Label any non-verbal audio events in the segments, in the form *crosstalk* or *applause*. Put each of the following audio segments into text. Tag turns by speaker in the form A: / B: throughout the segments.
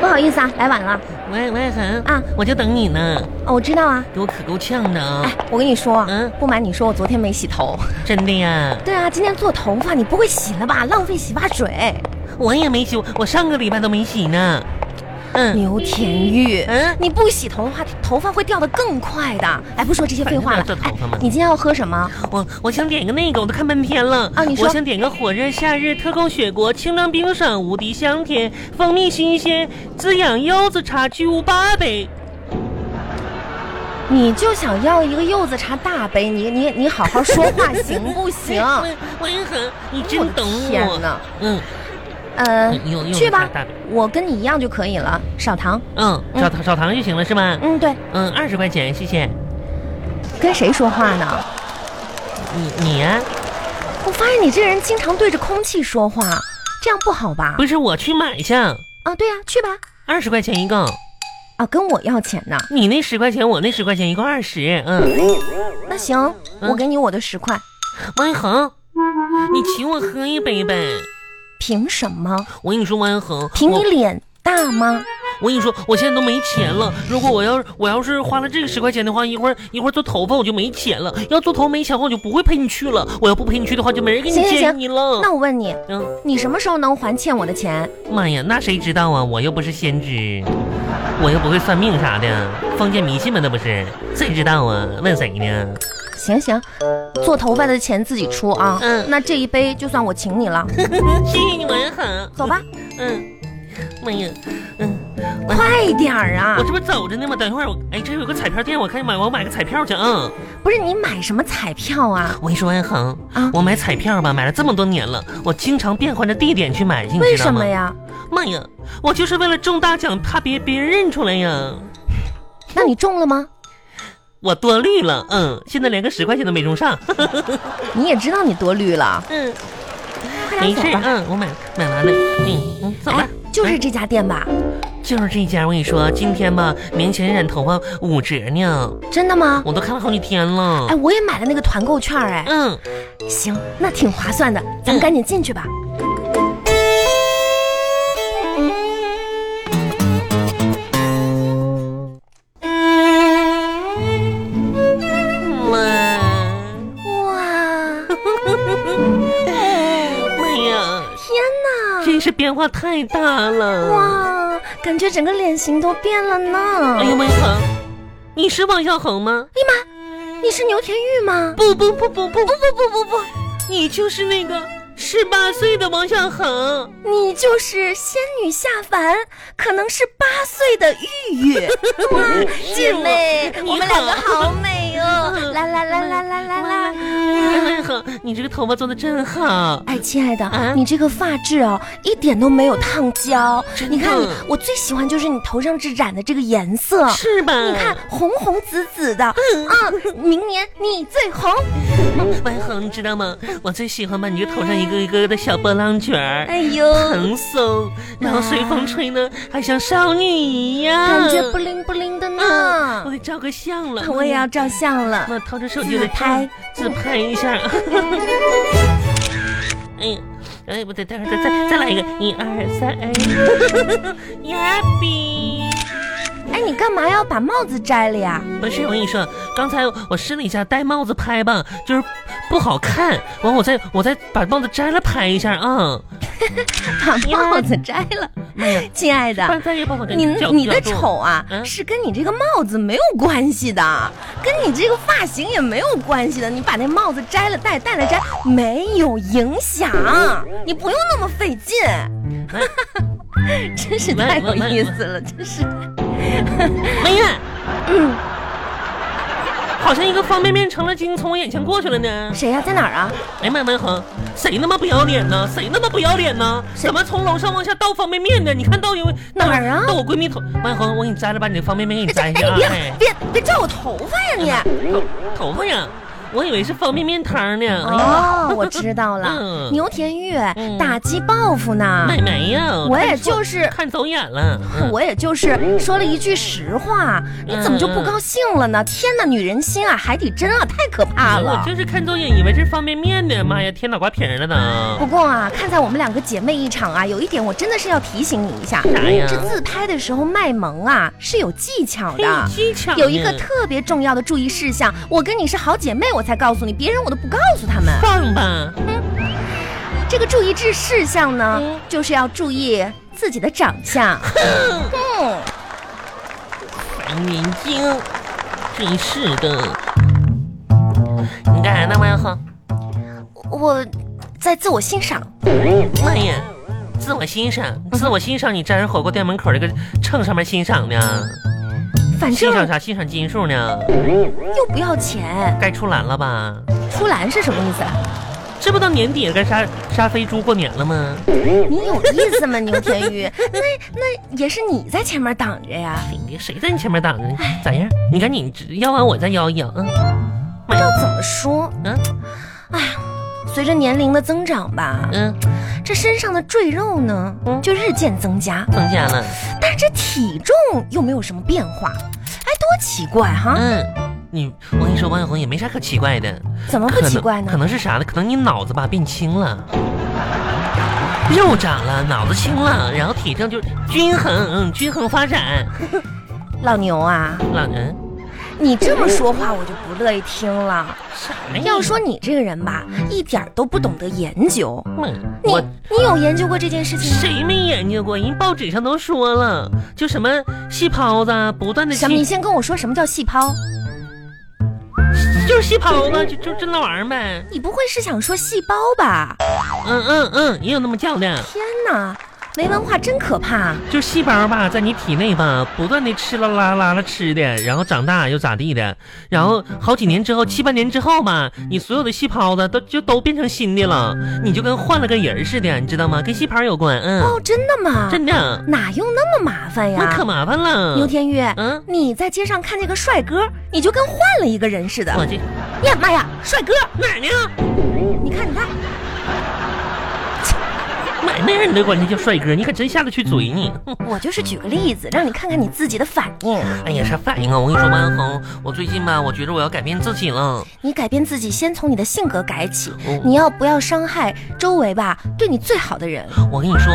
A: 不好意思啊，来晚了。
B: 喂喂，恒
A: 啊，
B: 我就等你呢，
A: 哦，我知道啊。
B: 给我可够呛的啊
A: 哎，，我跟你说，
B: 嗯
A: 不瞒你说，我昨天没洗
B: *laughs*
A: 头。
B: 真的呀，
A: 对啊，今天做头发，你不会洗了吧？浪费洗发水。
B: 我也没洗，我上个礼拜都没洗呢。嗯，
A: 牛田玉，
B: 嗯
A: 你不洗头发，头发会掉得更快的。哎，不说这些废话了
B: 反正都。是
A: 哎
B: 头发嘛，
A: 你今天要喝什么？
B: 我我想点个那个，我都看半天了
A: 啊你说
B: 我想点个火热夏日特供雪国，清凉冰爽，无敌香甜，蜂蜜新鲜，滋养柚子茶巨无霸杯。
A: 你就想要一个柚子茶大杯，你你你好好说话行不
B: *laughs*
A: 行？
B: 喂喂，恒，你哎真懂
A: 我天哪
B: 我。嗯
A: 呃
B: 柚柚，子
A: 去吧
B: 茶大杯，
A: 我跟你一样就可以了，少糖。
B: 嗯，
A: 嗯
B: 少糖少糖就行了是吧？
A: 嗯，对，
B: 嗯，二十块钱，谢谢。
A: 跟谁说话呢？
B: 你你呀、
A: 我发现你这人经常对着空气说话，这样不好吧？
B: 不是我去买去，
A: 啊，对呀、去吧。
B: 二十块钱一个。
A: 啊，跟我要钱呢。
B: 你那十块钱，我那十块钱，一共二十。嗯，
A: 那行，我给你我的十块。
B: 王恒，你请我喝一杯呗。
A: 凭什么？
B: 我跟你说，王恒，
A: 凭你
B: 我
A: 脸大吗？
B: 我跟你说，我现在都没钱了。如果我要我要是花了这个十块钱的话，一会儿一会儿做头发我就没钱了。要做头没钱的话，我就不会陪你去了。我要不陪你去的话，就没人给你
A: 行行
B: 见
A: 行
B: 你了。
A: 那我问你，
B: 嗯，
A: 你什么时候能还欠我的钱？
B: 妈呀，那谁知道啊？我又不是先知，我又不会算命啥的，封建迷信嘛，那不是？谁知道啊？问谁呢？
A: 行行，做头发的钱自己出啊。
B: 嗯
A: 那这一杯就算我请你了，
B: 谢谢你，文恒。
A: 走吧，
B: 嗯，妈呀，嗯，
A: 快点儿啊
B: 我！这不走着呢吗？等一会儿我，哎，这有个彩票店，我看买我买个彩票去啊、嗯
A: 不是你买什么彩票啊？
B: 我跟你说，安恒
A: 啊
B: 我买彩票吧，买了这么多年了，我经常变换着地点去买去，你
A: 为
B: 知道
A: 什
B: 吗？
A: 么？呀？
B: 妈呀，我就是为了中大奖，怕别别人认出来呀。
A: 那你中了吗？
B: 我多虑了，嗯，现在连个十块钱都没中上，
A: 你也知道你多虑了，
B: *laughs* 嗯，
A: 快点
B: 没
A: 走
B: 事，
A: 吧。
B: 嗯，我买买完了，嗯嗯，走吧
A: 哎，，就是这家店吧？
B: 就是这家，我跟你说，今天吧，棉前染头发五折呢，
A: 真的吗？
B: 我都看了好几天了
A: 哎，，我也买了那个团购券儿哎。
B: 嗯。
A: 行，那挺划算的，咱们赶紧进去吧。
B: 妈，
A: 哇，
B: 妈呀，
A: 天
B: 真是变化太大
A: 哪！
B: 了！
A: 哇，感觉整个脸型都变了呢。
B: 哎呦，文恒，你是王小恒吗？
A: 你是牛田玉吗？
B: 不不不不不不不不不不，你就是那个十八岁的王小恒。
A: 你就是仙女下凡，可能是八岁的玉
B: *laughs*
A: 玉。哇，姐妹，
B: 哎你好
A: 我们两个好美
B: *laughs*
A: 哦！来来来来来来来。
B: 哎文恒，你这个头发做的真好。
A: 哎，亲爱的，
B: 啊
A: 你这个发质哦，一点都没有烫焦。
B: 真的
A: 你看你，我最喜欢就是你头上这染的这个颜色。
B: 是吧？
A: 你看，红红紫紫的，嗯，明年你最红。
B: 文恒，你知道吗？我最喜欢把你这头上一个一个的小波浪卷儿，
A: 哎呦，
B: 蓬松，然后随风吹呢，还像少女一样，
A: 感觉不灵不灵的啊
B: 嗯，我
A: 呢。
B: 得照个相了，
A: 我也要照相了。
B: 我掏出手机来
A: 自拍，
B: 自拍一下。
A: 嗯
B: *laughs* 哎呀，哎，不对，待会儿再再再来一个，一二三，哎，呀比。
A: 哎，你干嘛要把帽子摘了呀？
B: 不是，我跟你说，刚才我试了一下戴帽子拍吧，就是不好看。完，我再我再把帽子摘了拍一下啊。
A: 把帽子摘 *laughs* 了，
B: 妈呀，
A: 亲爱的
B: 不。然再也把我给
A: 你
B: 绞
A: 啊你的
B: 绞住
A: 丑啊，
B: 嗯
A: 是跟你这个帽子没有关系的，跟你这个发型也没有关系的。你把那帽子摘了戴，戴了摘，没有影响，你不用那么费劲。真是太有意思了，真是。
B: 妈呀，嗯好像一个方便面成了精，从我眼前过去了呢。
A: 谁呀、在哪儿啊？
B: 哎呀妈呀，文恒，谁那么不要脸呢？谁那么不要脸呢？
A: 谁
B: 怎么从楼上往下倒方便面呢？你看到有
A: 哪儿啊
B: 到我闺蜜头，文恒，我给你 *laughs* 哎摘了，把你的方便面给你摘
A: 哎，
B: 下啊！
A: 别
B: 哎
A: 别别拽我头发呀你！
B: 头发呀，我以为是方便面汤呢。哎呀， *laughs*
A: 哦，我知道了，
B: 嗯
A: 牛田玉
B: 嗯
A: 打击报复呢。
B: 妹妹呀，
A: 我也
B: 看错
A: 就是
B: 看走眼了。嗯
A: 我也就是说了一句实话，你怎么就
B: 嗯
A: 不高兴了呢？天哪，女人心啊，海底针啊，太可怕
B: 哎我
A: 了。
B: 就是看走眼，以为是方便面呢。妈呀，贴脑瓜皮儿了呢。
A: 不过啊，看在我们两个姐妹一场啊，有一点我真的是要提醒你一下，
B: 啥呀
A: 这自拍的时候卖萌啊是有技巧
B: 嘿
A: 的，
B: 哎技巧呢
A: 有一个特别重要的注意事项，我跟你是好姐妹，我才告诉你，别人我都不告诉他们。
B: 放吧，
A: 这个注意事事项呢，
B: 嗯
A: 就是要注意自己的长
B: *laughs*
A: 相。嗯，
B: 烦人精，真是的。你干啥呢，王小红？
A: 我在自我欣赏。
B: 妈呀，自我欣赏，自我欣赏，你站人火锅店门口那个秤上面欣赏呢？
A: 反
B: 欣
A: 正
B: 赏啥？欣赏斤数呢？
A: 又不要钱，
B: 该出栏了吧？
A: 出栏是什么意思啊？
B: 这不到年底了，该杀杀飞猪过年了吗？嗯
A: 你有意思吗，牛天
B: *laughs*
A: 宇？那那也是你在前面挡着呀，
B: 你谁在你前面挡着呢？咋样？你赶紧邀完我再邀一邀，嗯，
A: 不知道怎么说。
B: 嗯
A: 随着年龄的增长吧，
B: 嗯，
A: 这身上的赘肉呢
B: 嗯
A: 就日渐增加，
B: 增加了，
A: 但这体重又没有什么变化，哎，多奇怪哈！
B: 嗯，你我跟你说，王小红也没啥可奇怪的，
A: 怎哦么不
B: 可能
A: 奇怪呢
B: 可？能是啥呢？可能你脑子吧变轻了。 *laughs* 肉长了，脑子轻了，然后体重就均衡，嗯，均衡发展。
A: 老牛啊，
B: 老人
A: 你这么说话我就不乐意听了。
B: 啥哎呀？
A: 要说你这个人吧，一点儿都不懂得研究。
B: 妈
A: 你
B: 我
A: 你有研究过这件事情吗？
B: 谁没研究过？人报纸上都说了，就什么细胞子啊不断的
A: 小米，你先跟我说什么叫细胞？
B: 就是细胞子，啊就就就那玩意儿呗。
A: 你不会是想说细胞吧？
B: 嗯嗯嗯，也有那么叫的，
A: 天哪，没文化真可怕！
B: 就是细胞吧，在你体内吧，不断的吃了拉拉了吃的，然后长大又咋地的，然后好几年之后，七八年之后吧，你所有的细胞子都就都变成新的了，你就跟换了个人儿似的，你知道吗？跟细胞有关，嗯，
A: 哦，真的吗？
B: 真的，
A: 哪用那么麻烦
B: 那可
A: 呀？
B: 麻烦了。
A: 牛天玉，
B: 嗯，
A: 你在街上看见个帅哥，你就跟换了一个人似的。哎
B: 我这
A: 呀妈呀，帅哥！
B: 哪儿呢？
A: 你看，你看，
B: 买那人都管他叫帅哥，你可真下得去嘴你。哼
A: 我就是举个例子，让你看看你自己的反应。
B: 哎呀，啥反应啊？我跟你说，王小红，我最近吧，我觉得我要改变自己了。
A: 你改变自己，先从你的性格改起。
B: 哦
A: 你要不要伤害周围吧？对你最好的人。
B: 我跟你说，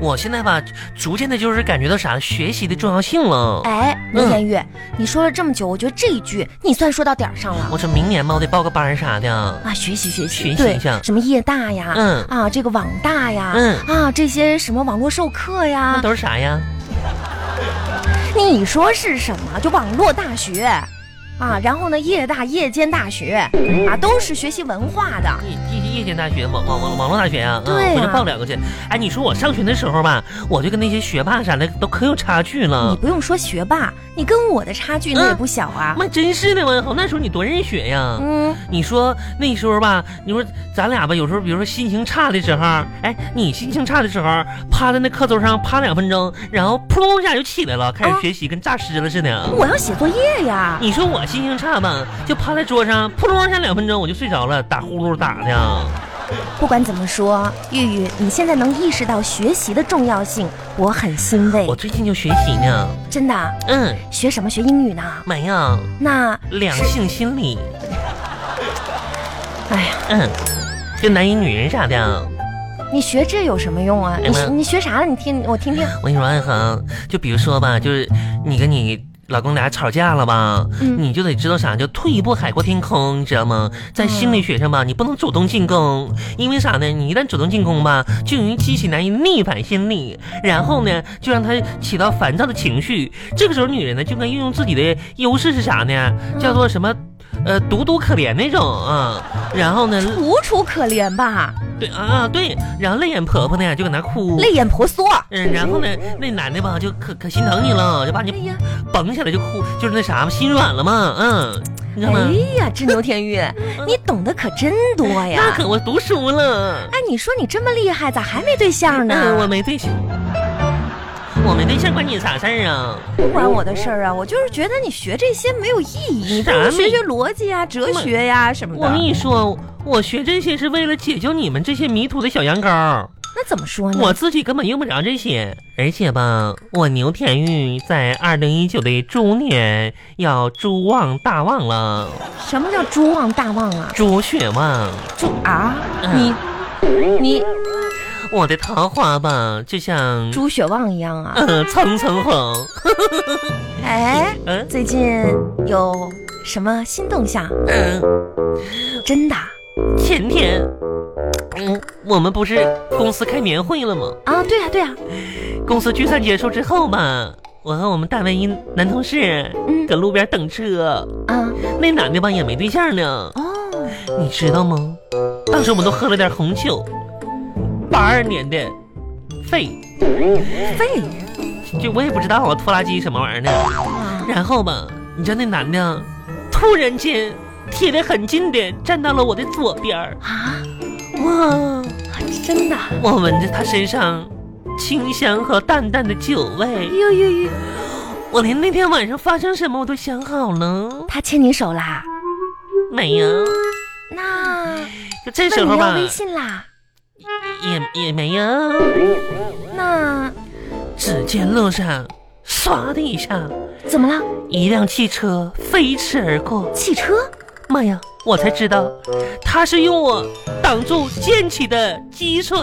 B: 我现在吧，逐渐的就是感觉到啥学习的重要性了。
A: 哎，刘天玉，
B: 嗯
A: 你说了这么久，我觉得这一句你算说到点儿上了。
B: 我这明年吧，我得报个班儿啥的。
A: 啊，学习学习，
B: 嗯学习
A: 对
B: 一下
A: 什么夜大呀，
B: 嗯
A: 啊，这个网大呀，
B: 嗯
A: 啊，这些什么网络授课
B: 那
A: 呀，
B: 都是啥呀？
A: 你说是什么？就网络大学，啊，然后呢，夜大夜间大学，
B: 嗯
A: 啊，都是学习文化的。
B: 夜夜夜间大学，网网网网络大学呀、嗯，
A: 对呀
B: 我就报两个去。哎，你说我上学的时候吧，我就跟那些学霸啥的都可有差距
A: 你
B: 了。
A: 不用说学霸，你跟我的差距那也
B: 嗯
A: 不小啊。
B: 妈，真是的，王小红，那时候你多认学呀。
A: 嗯，
B: 你说那时候吧，你说咱俩吧，有时候比如说心情差的时候，哎，你心情差的时候，趴在那课桌上趴两分钟，然后扑通一下就起来
A: 啊
B: 了，开始学习，跟诈尸了似的。
A: 我要写作业呀。
B: 你说我心情差吧，就趴在桌上扑通一下两分钟我就睡着了，打呼噜打的。
A: 不管怎么说，玉玉，你现在能意识到学习的重要性，我很欣慰
B: 我。最近就学习呢，
A: 真的，
B: 嗯，
A: 学什么？学英语呢？
B: 妈呀，
A: 那
B: 两性心理，
A: 哎呀。
B: 嗯，就男人女人啥的。
A: 你学这有什么用啊？
B: 哎
A: 你学
B: 妈
A: 你学啥了？你听我听听。
B: 我跟你说，安恒，就比如说吧，就是你跟你老公俩吵架了吧，
A: 嗯
B: 你就得知道啥，叫退一步海阔天空，你知道吗？在心理学上吧，你不能主动进攻，因为啥呢？你一旦主动进攻吧，就容易激起男人逆反心理，然后呢，就让他起到烦躁的情绪。这个时候，女人呢就该运用自己的优势是啥呢？叫做什么？呃，独独可怜那种啊，然后呢，
A: 楚楚可怜吧，
B: 对啊，对，然后泪眼婆婆呢就搁那哭，
A: 泪眼婆娑。
B: 嗯，然后呢，那男的吧就可可心疼你了，就把
A: 哎
B: 你
A: 呀，
B: 绷起来就哭，就是那啥嘛，心软了嘛，嗯，你知道吗
A: 哎？呀，这牛天
B: *laughs*
A: 玉，你懂得可真多
B: 那
A: 哎呀！
B: 可我读书了，
A: 哎，你说你这么厉害，咋还没对象
B: 嗯，我
A: 呢？
B: 没对象，我没对象关你啥事儿啊？
A: 不关我的事儿啊，我就是觉得你学这些没有意义，你不
B: 啥
A: 如
B: 没
A: 学学逻辑啊、哲学呀、什么
B: 我跟
A: 的。
B: 你说，我学这些是为了解救你们这些迷途的小羊羔，
A: 那怎么说呢？
B: 我自己根本用不着这些。而且吧，我牛田玉在二零一九的猪年要猪旺大旺了，
A: 什么叫猪旺大旺啊？
B: 猪血旺。
A: 猪啊，
B: 嗯
A: 你你
B: 我的桃花吧，就像
A: 猪血旺一样啊？
B: 呃蹭蹭红，
A: 哎，
B: 嗯
A: 最近有什么新动向？
B: 嗯、
A: 真的啊
B: 前天，嗯，我们不是公司开年会了吗？
A: 啊？对啊，对啊，
B: 公司聚餐结束之后吧，我和我们大班一男同事
A: 嗯
B: 搁路边等车，
A: 啊
B: 那男的吧也没对象呢，
A: 哦，
B: 你知道吗？当时我们都喝了点红酒，八二年的肺，
A: 废
B: 就我也不知道啊，拖拉机什么玩意儿呢。
A: 啊！
B: 然后吧，你知道那男的突然间贴得很近的站到了我的左边儿，
A: 啊，
B: 哇！
A: 真的，啊
B: 我闻着他身上清香和淡淡的酒味，
A: 呦呦呦，
B: 我连那天晚上发生什么我都想好了。
A: 他牵你手啦？
B: 没有，
A: 那
B: 就这
A: 那
B: 时候
A: 你要
B: 吧，
A: 微信啦？
B: 也也没有。
A: 那
B: 只见路上唰的一下，
A: 怎么了？
B: 一辆汽车飞驰而过。
A: 汽车？
B: 妈呀！我才知道，他是用我挡住溅起的积水。